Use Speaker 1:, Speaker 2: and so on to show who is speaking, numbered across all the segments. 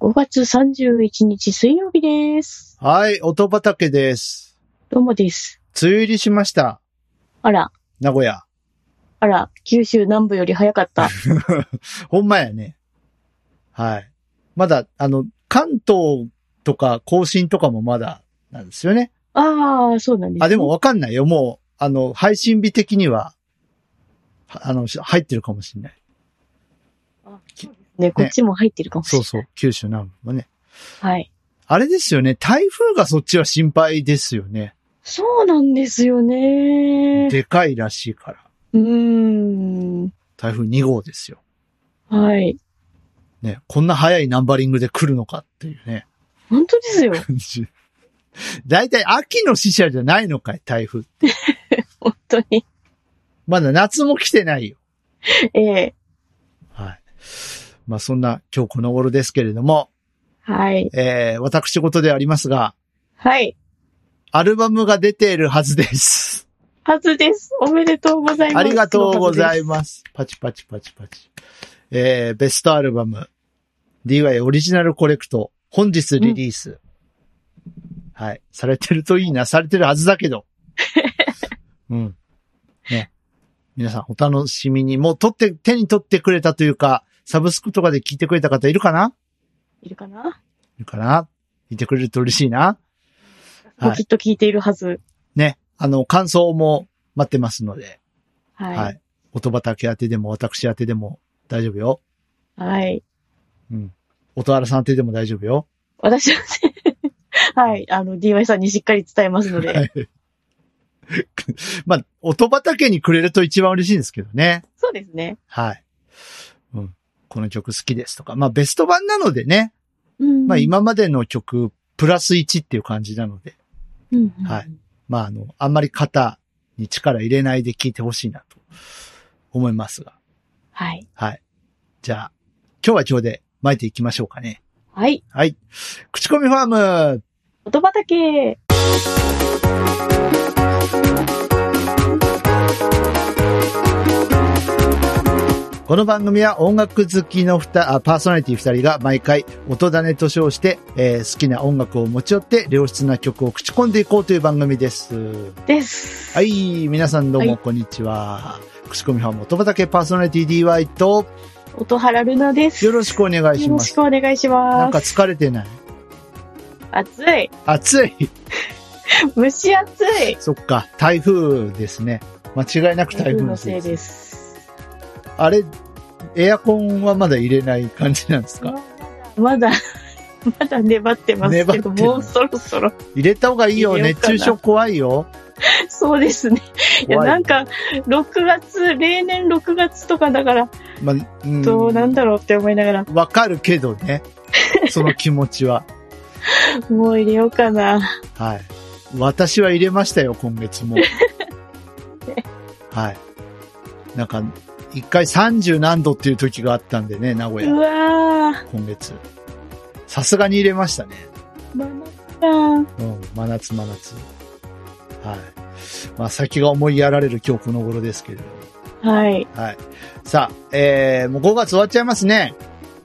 Speaker 1: 5月31日水曜日です。
Speaker 2: はい、音畑です。
Speaker 1: どうもです。
Speaker 2: 梅雨入りしました。
Speaker 1: あら、
Speaker 2: 名古屋。
Speaker 1: あら、九州南部より早か った。
Speaker 2: ほんまやね。はい。まだ、あの、関東とか甲信とかもまだなんですよね。
Speaker 1: ああ、そうなんです、ね。
Speaker 2: あ、でも。わかんないよ。もう、あの、配信日的には、はあの、し入ってるかもしれない。
Speaker 1: ね、こっちも入ってるかもしれ
Speaker 2: そ
Speaker 1: な
Speaker 2: う
Speaker 1: い。
Speaker 2: そう、九州南部もね。
Speaker 1: はい。
Speaker 2: あれですよね。台風がそっちは心配ですよね。
Speaker 1: そうなんですよね。
Speaker 2: でかいらしいから。
Speaker 1: うーん。
Speaker 2: 台風2号ですよ。
Speaker 1: はい。
Speaker 2: ね、こんな早いナンバリングで来るのかっていうね。
Speaker 1: 本当ですよ。
Speaker 2: 感じ。大体秋の死者じゃないのかい、台風。
Speaker 1: 本当に。
Speaker 2: まだ夏も来てないよ。
Speaker 1: ええ
Speaker 2: はい。まあそんな今日この頃ですけれども、
Speaker 1: はい。
Speaker 2: えー、私事ではありますが、
Speaker 1: はい。
Speaker 2: アルバムが出ているはずです。
Speaker 1: はずです。おめでとうございます。
Speaker 2: ありがとうござい
Speaker 1: す。
Speaker 2: ます。 パチパチパチパチ。えー、ベストアルバム、DY オリジナルコレクト、本日リリース。はい。されてるといいな、されてるはずだけ ど。うん。ね。皆さんお楽しみに。もう取って、手に取ってくれたというか、サブスクとかで聞いてくれた方いるかない
Speaker 1: るかない
Speaker 2: るかな聞いてくれると嬉しいな。はい
Speaker 1: もうきっと聞いているはず。
Speaker 2: ね。あの、感想も待ってますので。
Speaker 1: はい。
Speaker 2: はい。音畑宛てでも、私宛てでも大丈夫よ。
Speaker 1: はい。
Speaker 2: うん。音原さんってでも大丈夫よ。
Speaker 1: 私はね はい。あの、DY さんにしっかり伝えますので。
Speaker 2: まあ、音畑にくれると一番嬉しいんですけどね。
Speaker 1: そうですね。
Speaker 2: はい。うん。この曲好きですとか。まあ、ベスト版なのでね。
Speaker 1: うん
Speaker 2: まあ、、今までの曲、プラス1っていう感じなので。
Speaker 1: うん
Speaker 2: は。まあ、あの、あんまり肩に力入れないで聴いてほしいなと思いますが。
Speaker 1: はい。
Speaker 2: はい。じゃあ、今日は今日で巻いていきましょうかね。
Speaker 1: はい。
Speaker 2: はい。口コミファーム
Speaker 1: 音畑。
Speaker 2: この番組は音楽好きのふた、あパーソナリティ二人が毎回音種と称して、えー好きな音楽を持ち寄って良質な曲を口コんでいこうという番組です。
Speaker 1: です。
Speaker 2: はい、皆さんどう
Speaker 1: は
Speaker 2: もこんにちは。口コミファン元畑パーソナリティ DY と
Speaker 1: 音原ルナです。
Speaker 2: よろしくお願いし
Speaker 1: よろ
Speaker 2: ま
Speaker 1: し
Speaker 2: す。
Speaker 1: くお願いし
Speaker 2: なん
Speaker 1: ま
Speaker 2: か
Speaker 1: す。
Speaker 2: 疲れてない
Speaker 1: 暑い。
Speaker 2: 暑い
Speaker 1: 蒸し暑い。
Speaker 2: そっか、台風ですね。間違いなく台風のせい
Speaker 1: 台風
Speaker 2: です。
Speaker 1: す。
Speaker 2: あれ、エアコンはまだ入れない感じなんですか
Speaker 1: まだ、 まだ粘ってますけ
Speaker 2: 粘
Speaker 1: ど、
Speaker 2: ってる
Speaker 1: もうそろそろ。
Speaker 2: 入れた方がいいよ。
Speaker 1: 入れよう
Speaker 2: 熱
Speaker 1: かな
Speaker 2: 中症怖いよ。
Speaker 1: そうですね。いや、
Speaker 2: 怖い
Speaker 1: なんか、6月、例年6月とかだから、
Speaker 2: まあ、うん
Speaker 1: どうなんだろうって思いながら、
Speaker 2: わかるけど ね。その気持ちは。
Speaker 1: もう入れようかな。
Speaker 2: はい。私は入れましたよ、今 月も。はい。なんか、一回30何度っていう時があったんでね、名古
Speaker 1: う
Speaker 2: 屋、
Speaker 1: わー、
Speaker 2: 今月。さすがに入れましたね。
Speaker 1: まだ
Speaker 2: うん、真夏真夏。はい。まあ、先が思いやられる今日この頃ですけれども。
Speaker 1: だ。はい。
Speaker 2: はい。さあ、えー、もう5月終わっちゃいますね。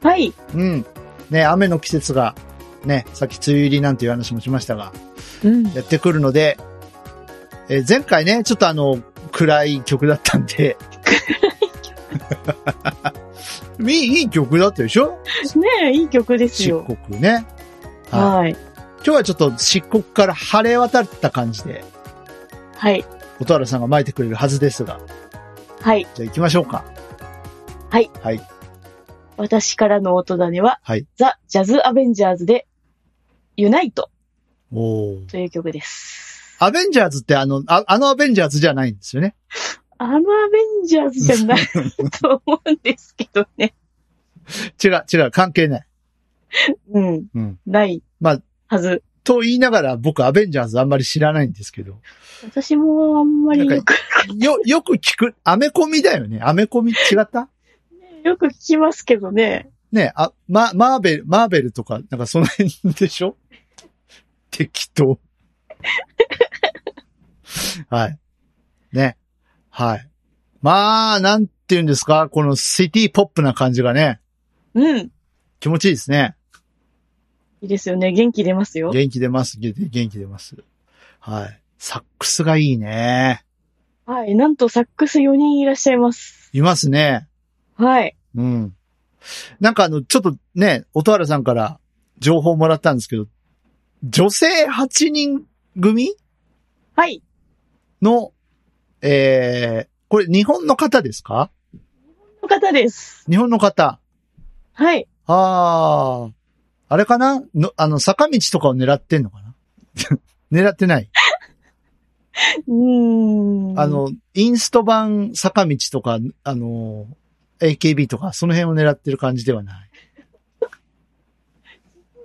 Speaker 1: はい。
Speaker 2: うん。ね、雨の季節が、ね、さっき梅雨入りなんていう話もしましたが、
Speaker 1: うん。
Speaker 2: やってくるので、えー前回ね、ちょっとあの、暗い曲だったんで。 暗い曲いい曲だったでしょ
Speaker 1: ねえ、いい曲です
Speaker 2: 漆
Speaker 1: よ。
Speaker 2: 黒ね。は
Speaker 1: は
Speaker 2: い。
Speaker 1: い。
Speaker 2: 今日はちょっと漆黒から晴れ渡った感じで、
Speaker 1: はい。
Speaker 2: 音原さんが巻いてくれるはずですが、
Speaker 1: はい。
Speaker 2: じゃあ行きましょうか。
Speaker 1: はい。
Speaker 2: はい。
Speaker 1: 私からの音種は、
Speaker 2: はい
Speaker 1: ザ・ジャズ・アベンジャーズで、ユナイト
Speaker 2: おー
Speaker 1: という曲です。
Speaker 2: アベンジャーズってあの、ああのアベンジャーズじゃないんですよね。
Speaker 1: あのアベンジャーズじゃ ないと思うんですけどね。
Speaker 2: 違う、違う、関係ない。
Speaker 1: うん。
Speaker 2: うん。
Speaker 1: ない。
Speaker 2: まあ
Speaker 1: はず。
Speaker 2: と言いながら僕アベンジャーズあんまり知らないんですけど。
Speaker 1: 私もあんまりよく、
Speaker 2: よ、よく聞く、アメコミだよね。アメコミ違った
Speaker 1: よく聞 きますけどね。
Speaker 2: ねあ、ま、マーベル、マーベルとか、なんかその辺でしょ適当。 はい。ね。はい。まあ、なんて言うんですかこのシティポップな感じがね、
Speaker 1: うん。
Speaker 2: 気持ちいいですね。
Speaker 1: いいですよね。元気出ますよ。
Speaker 2: 元気出ます。元気出ます。はい。サックスがいいね。
Speaker 1: はい。なんとサックス4人いらっしゃいます。
Speaker 2: いますね。
Speaker 1: はい。
Speaker 2: うん。なんかあの、ちょっとね、音原さんから情報もらったんですけど、女性8人組
Speaker 1: はい。
Speaker 2: の、えー、これ日本の方ですか
Speaker 1: の方です。
Speaker 2: 日本の方。
Speaker 1: はい。
Speaker 2: あー。あれかなの、あの、坂道とかを狙ってんのかな 狙ってない。
Speaker 1: うーん。
Speaker 2: あ、の、インスト版坂道とか、あの、AKB とか、その辺を狙ってる感じではない。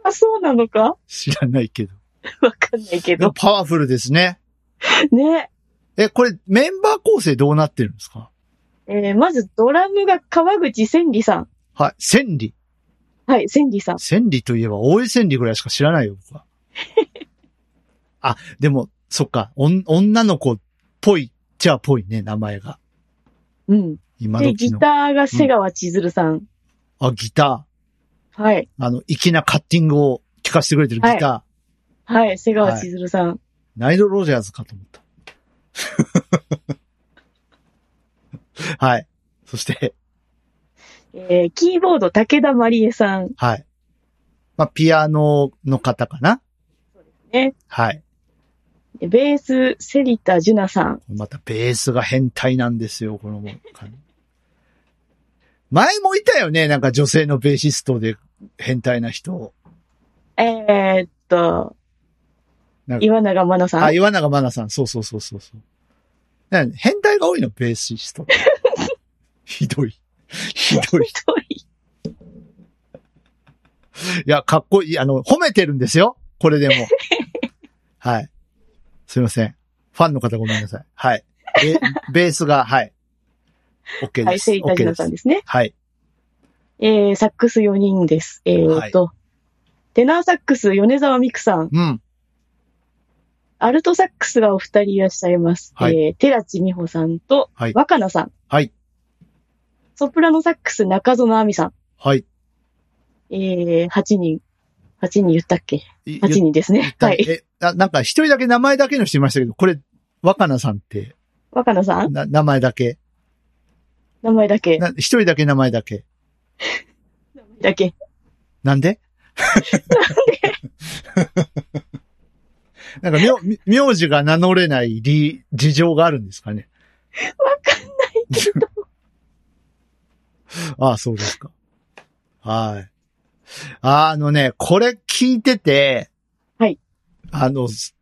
Speaker 1: あ、そうなのか
Speaker 2: 知らないけど。
Speaker 1: わかんないけ
Speaker 2: でも
Speaker 1: ど。
Speaker 2: パワフルですね。
Speaker 1: ね。
Speaker 2: え、これ、メンバー構成どうなってるんですか
Speaker 1: えーまずドラムが川口千里さん。
Speaker 2: はい。千里。
Speaker 1: はい、千里さん。
Speaker 2: 千里といえば、大江千里ぐらいしか知らないよ、 僕は。あ、でも、そっか、おん女の子っぽい、じゃあぽいね、名前が。
Speaker 1: うん。
Speaker 2: 今
Speaker 1: で、
Speaker 2: 時
Speaker 1: ギ
Speaker 2: の。
Speaker 1: ターが瀬川千鶴さん。
Speaker 2: あ、ギタ
Speaker 1: はい。
Speaker 2: ー。あの、粋なカッティングを聞かせてくれてるギター。
Speaker 1: はい、瀬川千鶴さん。
Speaker 2: ナイロ・ロジャーズかと 思った。はい。そして、
Speaker 1: えーキーボード武田まりえさん。
Speaker 2: はい。まあ、ピアノの方かな
Speaker 1: ね。
Speaker 2: はい。
Speaker 1: でベース、セリタ・ジュナさん。
Speaker 2: またベースが変態なんですよ、この感じ。前もいたよね、なんか女性のベーシストで変態な人。
Speaker 1: えーっと
Speaker 2: なん、か
Speaker 1: 岩永真奈さ
Speaker 2: あ、
Speaker 1: ん。
Speaker 2: 岩永真奈さん、そうそうそうそうそう。なんか変態が多いの、ベーシスト。 ひどい。ひどい。い
Speaker 1: 太い
Speaker 2: や、かっこいい。あの、褒めてるんですよ、これでも。はい。すいません。ファンの方ごめんなさい。はい。ベベースが、はい。OK
Speaker 1: は
Speaker 2: で
Speaker 1: い、
Speaker 2: す。
Speaker 1: セリタ・ジュ
Speaker 2: OK で
Speaker 1: ナさん
Speaker 2: す。
Speaker 1: ですね。
Speaker 2: はい。
Speaker 1: えー、サックス4人です。えーっと、テナーサックス、米沢美久さん。
Speaker 2: うん。
Speaker 1: アルトサックスがお二人いらっしゃいます。
Speaker 2: はい
Speaker 1: えー、寺地美穂さんと、
Speaker 2: はい
Speaker 1: 若菜さん。
Speaker 2: はい。
Speaker 1: ソプラノサックス、中園亜美さん。
Speaker 2: はい。
Speaker 1: えー、8人。8人言ったっけ
Speaker 2: い
Speaker 1: ?8 人ですね。は。
Speaker 2: はいえ、ななんか一人だけ名前だけの人いましたけど、これ、若菜さんって、
Speaker 1: 若菜さん
Speaker 2: な名前だけ。
Speaker 1: 名前だけ。
Speaker 2: な一人だけ名前だけ。
Speaker 1: だけ。
Speaker 2: な んでなんか、みょ名字が名乗れない理、事情があるんですかね。
Speaker 1: わかんないけど。
Speaker 2: ああ、そうですか。はい。ああのね、これ聞いてて、
Speaker 1: はい。
Speaker 2: あの、す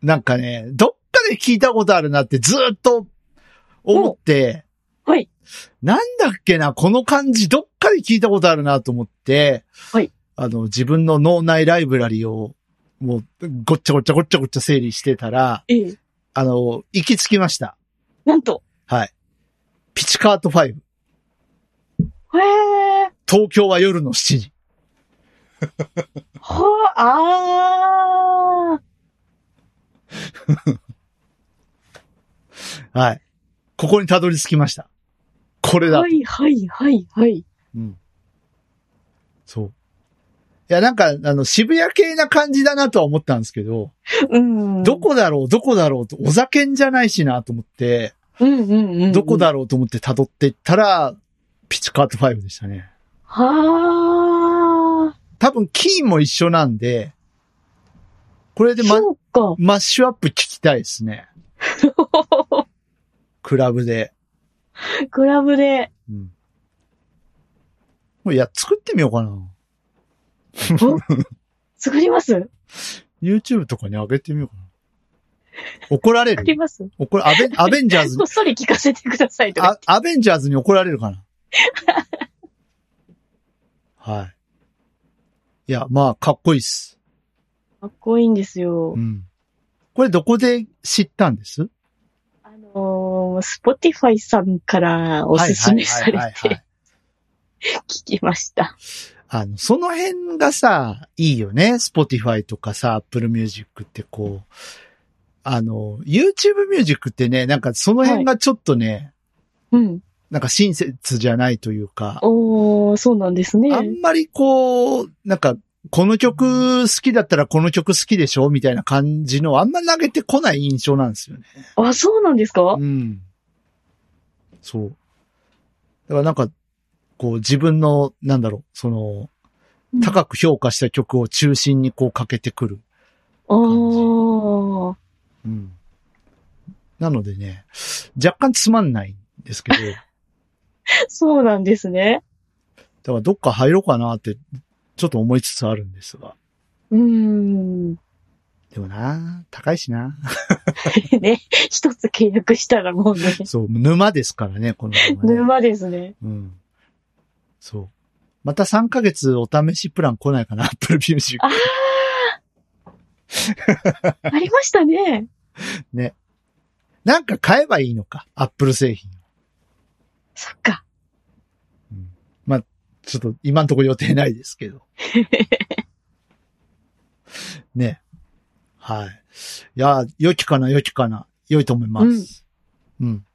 Speaker 2: なんかね、どっかで聞いたことあるなってずーっと思って、
Speaker 1: はい。
Speaker 2: なんだっけな、この感じどっかで聞いたことあるなと思って、
Speaker 1: はい。
Speaker 2: あの、自分の脳内ライブラリを、もう、ごっちゃごっちゃごっちゃごっちゃ整理してたら、
Speaker 1: ええ。
Speaker 2: あの、行き着きました。
Speaker 1: なんと。
Speaker 2: はい。ピチカート
Speaker 1: へ
Speaker 2: 5、
Speaker 1: え。
Speaker 2: 東京は夜の7時。
Speaker 1: はあ、あー
Speaker 2: はい。ここにたどり着きました。これだ。
Speaker 1: はいはいはいはい。
Speaker 2: うん。そう。いや、なんか、あの、渋谷系な感じだなとは思ったんですけど、
Speaker 1: うん。
Speaker 2: どこだろう、どこだろうと、お酒んじゃないしなと思って、
Speaker 1: うんうんうんうん。
Speaker 2: どこだろうと思って辿っていったら、ピチカート5でしたね。
Speaker 1: はあ。
Speaker 2: 多分、キーも一緒なんで、これでま、
Speaker 1: そうか。
Speaker 2: マッシュアップ聞きたいですね。クラブで。
Speaker 1: クラブで。
Speaker 2: うん。もういや、作ってみようかな。
Speaker 1: 作ります
Speaker 2: YouTube とかに上げてみようかな。怒られ
Speaker 1: 作り
Speaker 2: る
Speaker 1: ます
Speaker 2: 怒ら、アベン、アベンジャーズ
Speaker 1: こっそり聞かせてくださいとか。
Speaker 2: あ、アベンジャーズに怒られる かなはい。いや、まあ、かっこいいっす。
Speaker 1: かっこいいんですよ
Speaker 2: う。ん。これどこで知ったんです
Speaker 1: あのー、スポティファイさんからおすすめされ
Speaker 2: はいはいはいはいは
Speaker 1: て
Speaker 2: い
Speaker 1: 聞きました。
Speaker 2: あの、その辺がさ、いいよね。Spotify とかさ、Apple Music ってこう、あの、YouTube Music ってね、なんかその辺がちょっとね、
Speaker 1: うん。
Speaker 2: なんか親切じゃないというか、
Speaker 1: おー、そうなんですね。
Speaker 2: あんまりこう、なんかこの曲好きだったらこの曲好きでしょみたいな感じの、あんま投げてこない印象なんですよね。
Speaker 1: あ、そうなんですか
Speaker 2: うん。そう。だからなんか、こう自分の、なんだろう、その
Speaker 1: う、ん
Speaker 2: 高く評価した曲を中心にこうかけてくる。
Speaker 1: ああ
Speaker 2: 感
Speaker 1: ー。
Speaker 2: うん。なのでね、若干つまんないんですけ ど、だ
Speaker 1: そうなんですね。
Speaker 2: からどっか入ろうかなって、ちょっと思いつつあるんですが。
Speaker 1: うーん。
Speaker 2: でもな、高いしな。
Speaker 1: ね、一つ契約したらもうね、
Speaker 2: そう、沼ですからね、このままね
Speaker 1: 沼ですね。
Speaker 2: うん。そう。また3ヶ月お試しプラン来ないかな、Apple Music。
Speaker 1: ああありましたね。
Speaker 2: なんか買えばいいのか、Apple 製品。
Speaker 1: そっか。
Speaker 2: ちょっと今んとこ予定ないですけど。 ね。はい。いや、良きかな、良きかな。良いと思います。うん。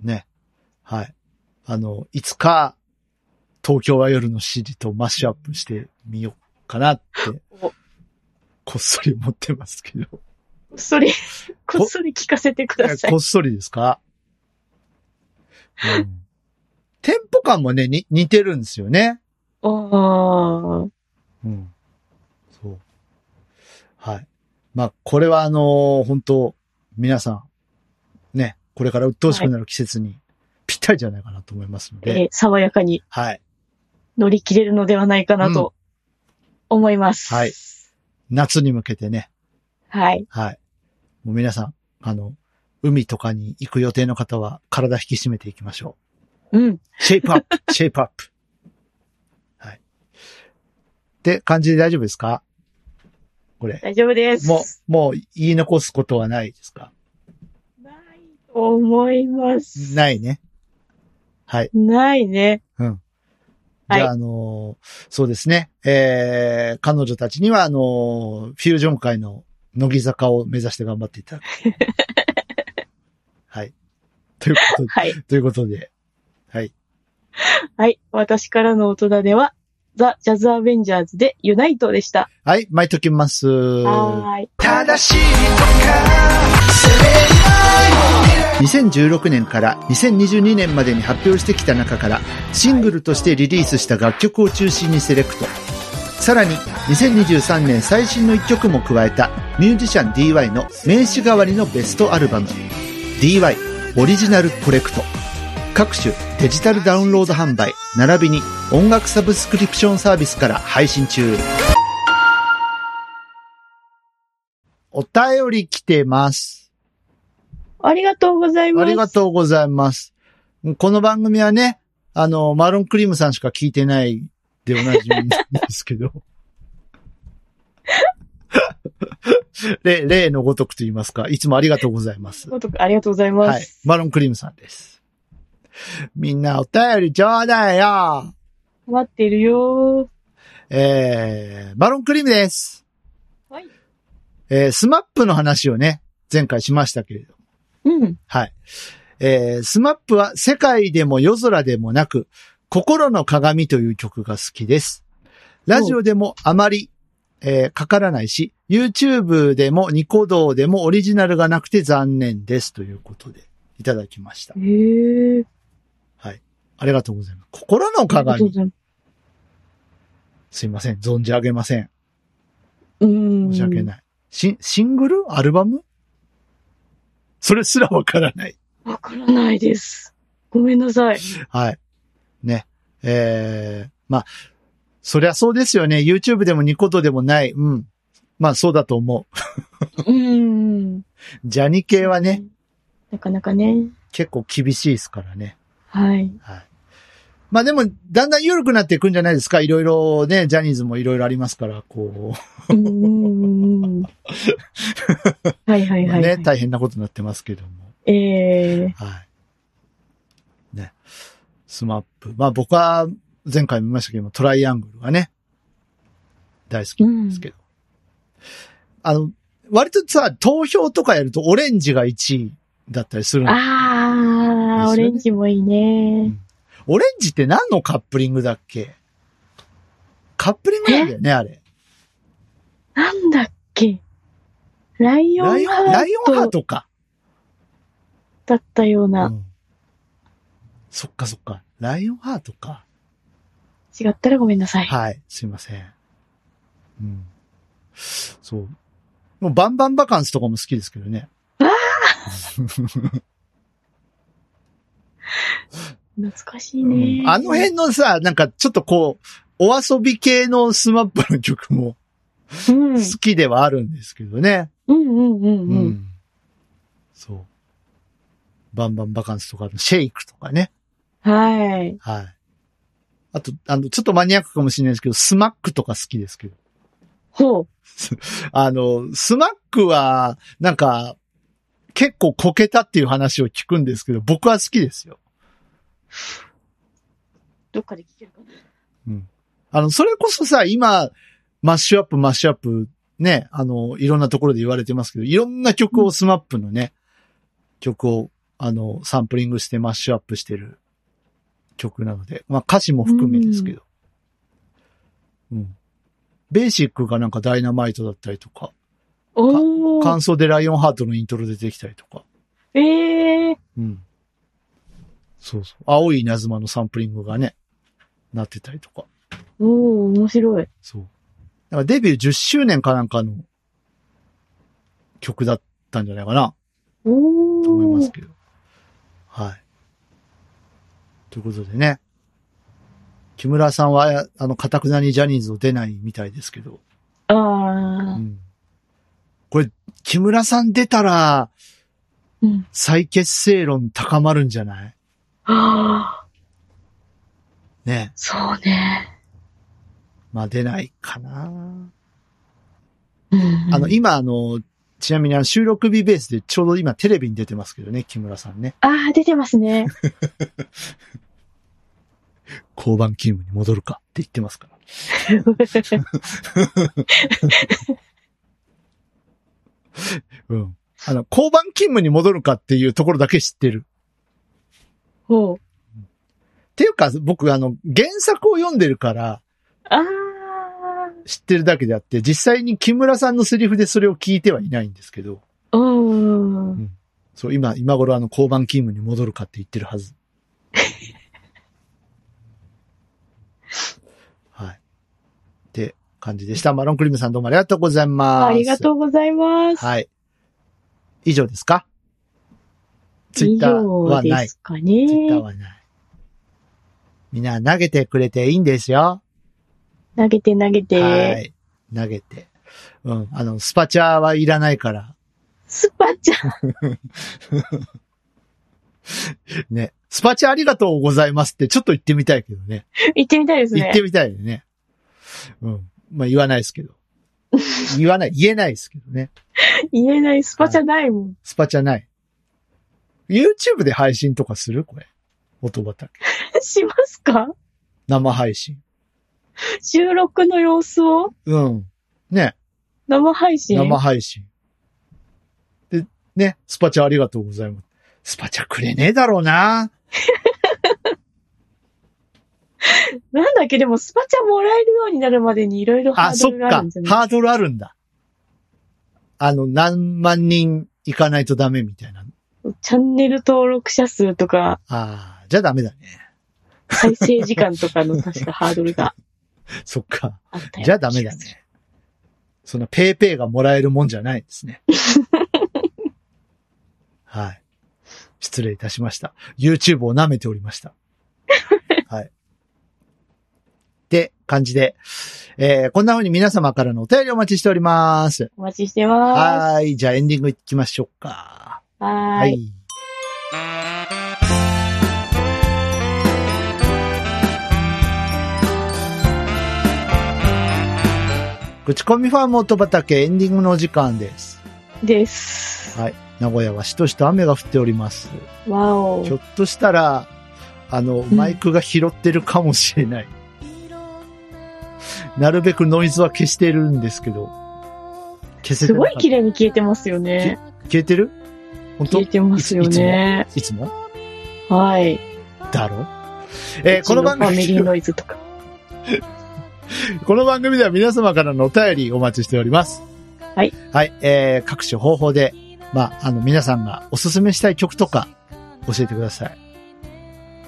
Speaker 2: ね。はい。あの、いつか、東京は夜の7時とマッシュアップしてみようかなって、
Speaker 1: お
Speaker 2: こっそり思ってますけど。
Speaker 1: こっそり、こっそり聞かせてください
Speaker 2: こ。っそりですか、うん、テンポ感もね、に似てるんですよね。
Speaker 1: ああ。
Speaker 2: うん。そう。はい。まあ、これはあのー本当皆さん、ね、これから鬱陶しくなる季節にぴったりじゃないかなと思いますので、
Speaker 1: えー爽やかに
Speaker 2: はい。
Speaker 1: 乗り切れるのではないかなと思います。
Speaker 2: はい。夏に向けてね、
Speaker 1: はい。
Speaker 2: はい。もう皆さん、あの、海とかに行く予定の方は体引き締めていきましょ
Speaker 1: うん。
Speaker 2: う。シェイプアップシェイプアップはい。って感じで大丈夫ですかこれ。
Speaker 1: 大丈夫です。
Speaker 2: もう、もう言い残すことはないですか
Speaker 1: ないと思います。
Speaker 2: ないね。はい。
Speaker 1: ないね。
Speaker 2: じゃあ、
Speaker 1: はい
Speaker 2: あのーそうですね。えー、彼女たちには、あのーフュージョン界の乃木坂を目指して頑張っていただく。 はい。ということで、
Speaker 1: はい。
Speaker 2: ということで、
Speaker 1: はい。私からの大人では、ザ・ジャズ・アベンジャーズでユナイトでした。
Speaker 2: はい、巻いときます。
Speaker 1: はーい。
Speaker 2: 正しい2016年から2022年までに発表してきた中からシングルとしてリリースした楽曲を中心にセレクトさらに2023年最新の1曲も加えたミュージシャン DY の名刺代わりのベストアルバム DY オリジナルコレクト各種デジタルダウンロード販売並びに音楽サブスクリプションサービスから配信中お便り来てます
Speaker 1: ありがとうございます。
Speaker 2: ありがとうございます。この番組はね、あの、マロンクリームさんしか聞いてないでおなじみなんですけど。 例、例のごとくと言いますか、いつもありがとうございます。
Speaker 1: ごとくありがとうございます。
Speaker 2: はい。マロンクリームさんです。みんなお便りちょうだいよ
Speaker 1: 待ってるよ
Speaker 2: えー、マロンクリームです。
Speaker 1: ー。はい。
Speaker 2: えー、スマップの話をね、前回しましたけれど。
Speaker 1: うん。
Speaker 2: はい。えー、スマップは世界でも夜空でもなく、心の鏡という曲が好きです。ラジオでもあまり、えーかからないし、YouTube でもニコ動でもオリジナルがなくて残念ですということで、いただきました。
Speaker 1: へえ。
Speaker 2: ありがとうございます。心の
Speaker 1: ありがとうご
Speaker 2: 鏡。
Speaker 1: ざいます。
Speaker 2: すいません。存じ上げません。
Speaker 1: うーん。
Speaker 2: 申し訳ない。シシングルアルバムそれすらわからない。
Speaker 1: い。わからないです。ごめんなさい。
Speaker 2: はい。ね。えー、まあ、そりゃそうですよね。YouTube でもニコ動でもない。うん。まあ、そうだと思
Speaker 1: う
Speaker 2: う。
Speaker 1: ーん。
Speaker 2: ジャニ系はね、。
Speaker 1: なかなかね。
Speaker 2: 結構厳しいですからね。
Speaker 1: はい。
Speaker 2: はい。まあでも、だんだん緩くなっていくんじゃないですか。いろいろね、ジャニーズもいろいろありますから、こ
Speaker 1: うーん。 はいは
Speaker 2: う、
Speaker 1: いはい、はい
Speaker 2: ね、大変なことになってますけども。
Speaker 1: ええ
Speaker 2: はい。ね。スマップ。まあ僕は前回見ましたけども、トライアングルがね、大好きなんですけど。あの、割とさ、投票とかやるとオレンジが1位だったりするの。
Speaker 1: あー、
Speaker 2: ですよね
Speaker 1: オレンジもいいね。
Speaker 2: オレンジって何のカップリングだっけカップリングなんだよね、あれ。
Speaker 1: けライオ
Speaker 2: ライ
Speaker 1: ン
Speaker 2: オン、ラ
Speaker 1: ハ
Speaker 2: イオンハ
Speaker 1: ー
Speaker 2: ー
Speaker 1: ト
Speaker 2: トか。
Speaker 1: だったよう
Speaker 2: う
Speaker 1: な、
Speaker 2: ん。そっかそっか。ライオンハートか。
Speaker 1: 違ったらごめんなさい。
Speaker 2: はい、すいません。うん。そう。もうバンバンバカンスとかも好きですけどね。
Speaker 1: 懐かしい
Speaker 2: うん
Speaker 1: ね。
Speaker 2: あの辺のさ、なんかちょっとこう、お遊び系のスマップの曲も
Speaker 1: うん。うん
Speaker 2: 好きではあるんですけどね。
Speaker 1: うんうん
Speaker 2: う
Speaker 1: うん。
Speaker 2: ん。そう。バンバンバカンスとか、シェイクとかね。
Speaker 1: はい。
Speaker 2: はい。あと、あの、ちょっとマニアックかもしれないですけど、スマックとか好きですけど。
Speaker 1: ほう。
Speaker 2: あの、スマックは、なんか、結構こけたっていう話を聞くんですけど、僕は好きですよ。
Speaker 1: どっかで聞けるかな。
Speaker 2: あの、それこそさ、今、マッシュアップ、マッシュアップ、ね、あの、いろんなところで言われてますけど、いろんな曲をスマップのね、曲を、あの、サンプリングしてマッシュアップしてる曲なので、まあ歌詞も含めですけど。うん。ベーシックがなんかダイナマイトだったりとか、
Speaker 1: おー。
Speaker 2: 感想でライオンハートのイントロ出てきたりとか。
Speaker 1: ええ
Speaker 2: うん。そうそう。青い稲妻のサンプリングがね、なってたりとか。
Speaker 1: ー。おー、面白い。
Speaker 2: そう。だからデビュー10周年かなんかの曲だったんじゃないかな
Speaker 1: おー。
Speaker 2: と思いますけど。はい。ということでね。木村さんは、あの、かたくなにジャニーズを出ないみたいですけど。う
Speaker 1: あ
Speaker 2: ん。これ、木村さん出たら、
Speaker 1: ー。うん。
Speaker 2: 再結成論高まるんじゃない
Speaker 1: あー。
Speaker 2: ね。
Speaker 1: そうね。
Speaker 2: まあ出ないかな。
Speaker 1: うん。
Speaker 2: あの、今、あの、ちなみにあの収録日ベースでちょうど今テレビに出てますけどね、木村さんね。
Speaker 1: あー、出てます ね。
Speaker 2: 交番勤務に戻るかって言ってますから。うん。あの、交番勤務に戻るかっていうところだけ知ってる。
Speaker 1: ほう。
Speaker 2: っていうか、僕、あの、原作を読んでるから
Speaker 1: あー。
Speaker 2: 知ってるだけであって、実際に木村さんのセリフでそれを聞いてはいないんですけど、
Speaker 1: うーん。
Speaker 2: そう、今、今頃あの、交番勤務に戻るかって言ってるはず。 はい。って感じでした。マロンクリームさんどうもありがとうございます。
Speaker 1: ありがとうございます。
Speaker 2: はい。以上ですかツイ
Speaker 1: 以
Speaker 2: ッター
Speaker 1: 上
Speaker 2: は
Speaker 1: で
Speaker 2: ない。ツ
Speaker 1: すか
Speaker 2: イッター
Speaker 1: ね。
Speaker 2: はない。みんな投げてくれていいんですよ。
Speaker 1: 投げて投げ
Speaker 2: は
Speaker 1: て。
Speaker 2: い。投げて。うん。あの、スパチャはいらないから。
Speaker 1: スパチャ。
Speaker 2: ね。スパチャありがとうございますってちょっと言ってみたいけどね。
Speaker 1: 行ってみたいです
Speaker 2: 言っ
Speaker 1: ね
Speaker 2: て。みたいよね。うん。まあ言わないで すけど。言わない、言えないですけどね。
Speaker 1: 言えない、スパチャないもん。
Speaker 2: スパチャない。YouTube で配信とかするこれ。音畑。
Speaker 1: しますか
Speaker 2: 生配信。
Speaker 1: 収録の様子を
Speaker 2: うん。ね。
Speaker 1: 生配信
Speaker 2: 生配信。で、ね。スパチャありがとうございます。スパチャくれねえだろうな。
Speaker 1: なんだっけ、でもスパチャもらえるようになるまでにいろいろハ
Speaker 2: あ、
Speaker 1: ー
Speaker 2: そ
Speaker 1: ドル
Speaker 2: っ
Speaker 1: があ
Speaker 2: か
Speaker 1: るんじゃ。ない
Speaker 2: ハードルあるんだ。あの、何万人いかないとダメみたいな。
Speaker 1: チャンネル登録者数とか、
Speaker 2: ああ、じゃあダメだね。
Speaker 1: 再生時間とかの確かハードルが
Speaker 2: そっか。
Speaker 1: あったよ
Speaker 2: じゃあダメだね。そのペイペイがもらえるもんじゃないで すね。はい。失礼いたしました。YouTube を舐めておりま した。はい。って感じで、えー、こんな風に皆様からのお便りお待ちしております。
Speaker 1: お待ちしてま
Speaker 2: はーい。じゃあエンディングいきましょうか。
Speaker 1: す。はーい。。
Speaker 2: 口コミファーム音畑エンディングのお時間です。
Speaker 1: です。
Speaker 2: はい名古屋はしとしと雨が降っております。
Speaker 1: わお
Speaker 2: ひ。ょっとしたら、あの、
Speaker 1: ん
Speaker 2: マイクが拾ってるかもしれない。なるべくノイズは消してるんですけど、消せ
Speaker 1: す
Speaker 2: てな
Speaker 1: ご
Speaker 2: かっ
Speaker 1: い
Speaker 2: た
Speaker 1: 綺麗に消えてますよね。
Speaker 2: 消えてる本当
Speaker 1: 消えてますよね。
Speaker 2: いつも
Speaker 1: はい。
Speaker 2: だろえーこの番
Speaker 1: うちファミリ
Speaker 2: 組
Speaker 1: ー、ノイズとか。
Speaker 2: この番組では皆様からのお便りお待ちしております。
Speaker 1: はい。
Speaker 2: はい、えー、各種方法で、まあ、あの、皆さんがおすすめしたい曲とか、教えてください。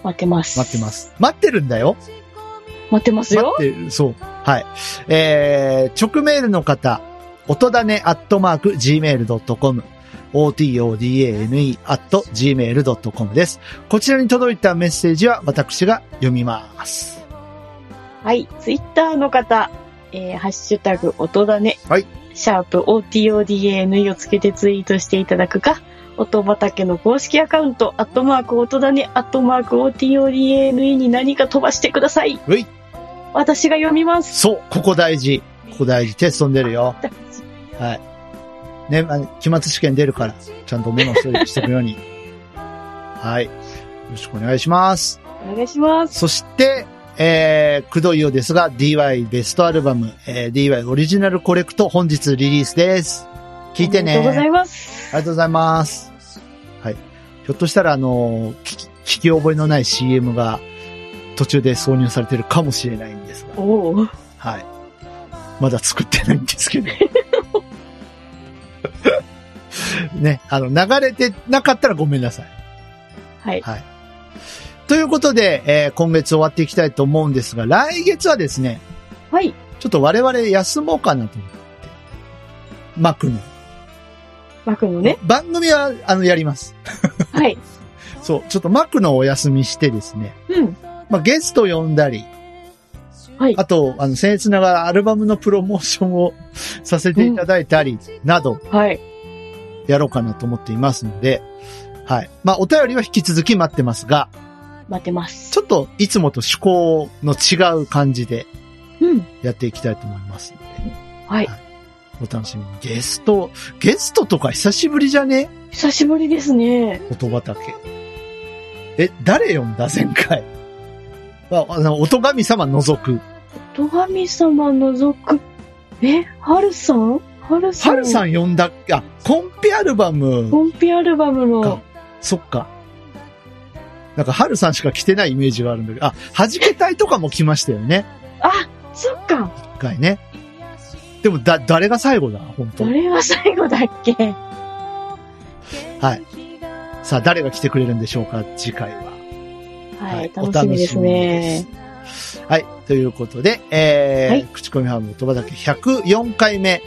Speaker 1: 待ってます。
Speaker 2: 待ってま。す。待ってるんだよ。
Speaker 1: 待ってますよ。
Speaker 2: 待ってる、そう。はい。えー、直メールの方、音だねアットマーク gmail.com、otodane アット gmail.com です。こちらに届いたメッセージは私が読みます。
Speaker 1: はい。ツイッターの方、えー、ハッシュタグ、音だね。
Speaker 2: はい。
Speaker 1: シャープ、OTODANE をつけてツイートしていただくか、音畑の公式アカウント、アットマーク、音だね、アットマーク、OTODANE に何か飛ばしてください。
Speaker 2: うい。
Speaker 1: 私が読みます。
Speaker 2: そう、ここ大事。ここ大事。テストに出るよ。はい。ね、あの期末試験出るから、ちゃんとメモしておくように。 はい。よろしくお願いします。
Speaker 1: お願いします。
Speaker 2: そして、えー、くどいようですが、DY ベストアルバム、えー DY オリジナルコレクト本日リリースです。聞いてね。
Speaker 1: ありがとうございます。
Speaker 2: ありがとうございます。はい。ひょっとしたら、あの、聞き、聞き覚えのない CM が途中で挿入されてるかもしれないんですが、
Speaker 1: おお。
Speaker 2: はい。まだ作ってないんですけど。ね、あの、流れてなかったらごめんなさい。
Speaker 1: はい。
Speaker 2: はい。ということで、えー今月終わっていきたいと思うんですが、来月はですね、
Speaker 1: はい。
Speaker 2: ちょっと我々休もうかなと思って。マクの。
Speaker 1: マクの ね。
Speaker 2: 番組は、あの、やります。
Speaker 1: はい。
Speaker 2: そう、ちょっとマクのお休みしてですね、
Speaker 1: うん。
Speaker 2: まあ、ゲスト呼んだり、
Speaker 1: はい
Speaker 2: あと、あの、僭越ながらアルバムのプロモーションをさせていただいたり、など、
Speaker 1: はい。
Speaker 2: やろうかなと思っていますので、はい。まあ、お便りは引き続き待ってますが、
Speaker 1: 待ってます。
Speaker 2: ちょっといつもと趣向の違う感じで
Speaker 1: うん。
Speaker 2: やっていきたいと思いますので、
Speaker 1: はい。
Speaker 2: お楽しみに。ゲスト、ゲストとか久しぶりじゃね
Speaker 1: 久しぶりですね。
Speaker 2: 音畑。え、誰呼んだ前回。 まあ、あの、音神様除く。
Speaker 1: 戸上様除く、え、はるさんはるさん
Speaker 2: ハルさん呼んだっけあ、コンピアルバム。
Speaker 1: コンピアルバム
Speaker 2: か
Speaker 1: の、
Speaker 2: そっか。なんか、ハルさんしか来てないイメージがあるんだけど、あ、弾け隊とかも来ましたよね。
Speaker 1: あ、そっか、
Speaker 2: 一回ね。でも、だ、誰が最後だ本当
Speaker 1: どれが最後だっけは
Speaker 2: はい。さあ、誰が来てくれるんでしょうか次回は。はいい、
Speaker 1: 楽しみですね。
Speaker 2: はい。ということで、えー
Speaker 1: はい
Speaker 2: 口コミハム音畑104回目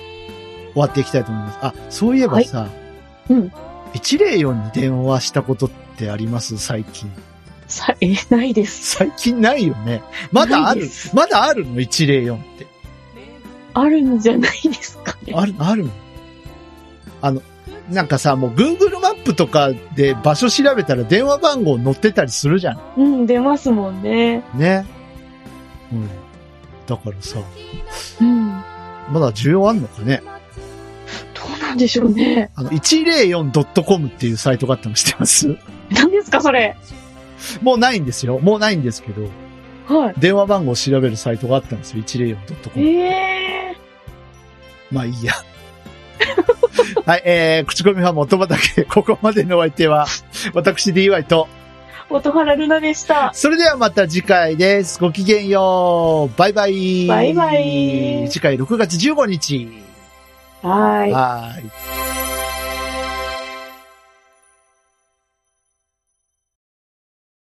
Speaker 2: 終わっていきたいと思います。あ、そういえばさ、
Speaker 1: うん。
Speaker 2: 104に電話したことってあります最近。
Speaker 1: さ、え、ないです。
Speaker 2: 最近ないよね。まだあ
Speaker 1: な
Speaker 2: る
Speaker 1: いです
Speaker 2: まだあるの ?104 って。
Speaker 1: あるんじゃないですかね。
Speaker 2: ある、あるのあの、なんかさ、もう Google マップとかで場所調べたら電話番号載ってたりするじゃん。
Speaker 1: うん、出ますもんね。
Speaker 2: ね。うん。だからさ、
Speaker 1: うん。
Speaker 2: まだ需要あんのかね
Speaker 1: どうなんでしょうね。
Speaker 2: あの、104.com っていうサイトがあったの知ってます
Speaker 1: 何ですか、それ。
Speaker 2: もうないんですよ。もうないんですけど、
Speaker 1: はい。
Speaker 2: 電話番号を調べるサイトがあったんですよ。104.com。
Speaker 1: え
Speaker 2: まあいいや。 はい、えー、口コミは元畑、ここまでのお相手は、私 DY と、
Speaker 1: ー、音原ルナでした。
Speaker 2: それではまた次回です。ごきげんよう。バイバイ。
Speaker 1: バイバイ
Speaker 2: 次回6月15日。
Speaker 1: はい。
Speaker 2: はい。